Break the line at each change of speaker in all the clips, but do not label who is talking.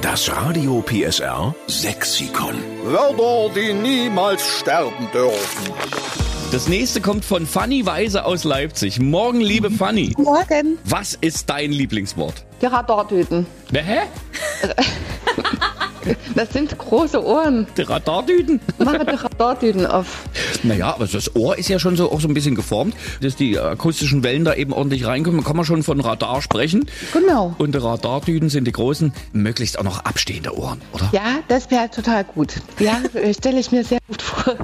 Das Radio PSR Sexikon.
Wörter, die niemals sterben dürfen.
Das nächste kommt von Fanny Weise aus Leipzig. Morgen, liebe Fanny.
Morgen.
Was ist dein Lieblingswort?
Geradartüten.
Wer, Hä?
Das sind große Ohren.
Die Radardüten?
Mache die Radartüten auf.
Naja, aber das Ohr ist ja schon so auch so ein bisschen geformt, dass die akustischen Wellen da eben ordentlich reinkommen. Kann man schon von Radar sprechen.
Genau.
Und die Radardüten sind die großen, möglichst auch noch abstehende Ohren, oder?
Ja, das wäre total gut. Ja, äh, stelle ich mir sehr gut vor.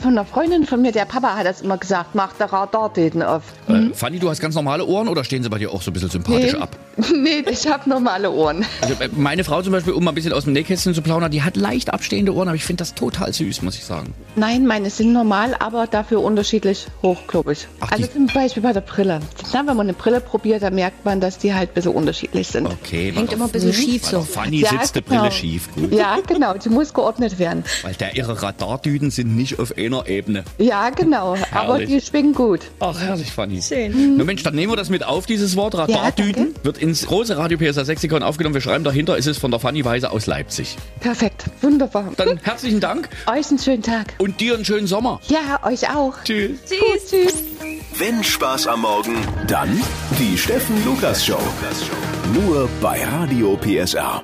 Von einer Freundin von mir, der Papa hat das immer gesagt, mach die Radartüten auf.
Äh, Fanny, du hast ganz normale Ohren oder stehen sie bei dir auch so ein bisschen sympathisch ab?
Mhm. nee, ich habe normale Ohren.
Also, äh, meine Frau zum Beispiel, um mal ein bisschen aus dem Nähkästchen zu plaudern, die hat leicht abstehende Ohren, aber ich finde das total süß, muss ich sagen.
Nein, meine sind normal, aber dafür unterschiedlich hoch, glaube ich.
Ach,
also
die-
zum Beispiel bei der Brille. Na, wenn man eine Brille probiert, dann merkt man, dass die halt ein bisschen unterschiedlich sind.
Okay,
Hängt immer ein bisschen schief so.
Fanny
Ja,
sitzt Oh, die
genau.
Brille schief, gut.
Ja, genau, die muss geordnet werden.
Weil der ihre Radardüden sind nicht auf einer Ebene.
Ja, genau, aber
Herrlich.
die schwingen gut.
Ach, herrlich, Fanny.
Schön.
Na Mensch, dann nehmen wir das mit auf, dieses Wort. Radardüden wird ins große Radio PSA Sexikon aufgenommen. Wir schreiben dahinter, ist es ist von der Fanny Weise aus Leipzig.
Perfekt, wunderbar.
Dann
Hm.
herzlichen Dank
Euch einen schönen Tag.
und dir einen schönen Sommer.
Ja, euch auch.
Tschüss.
Tschüss. Tschüss.
Wenn Spaß am Morgen, dann die Steffen Lukas Show. Nur bei Radio PSR.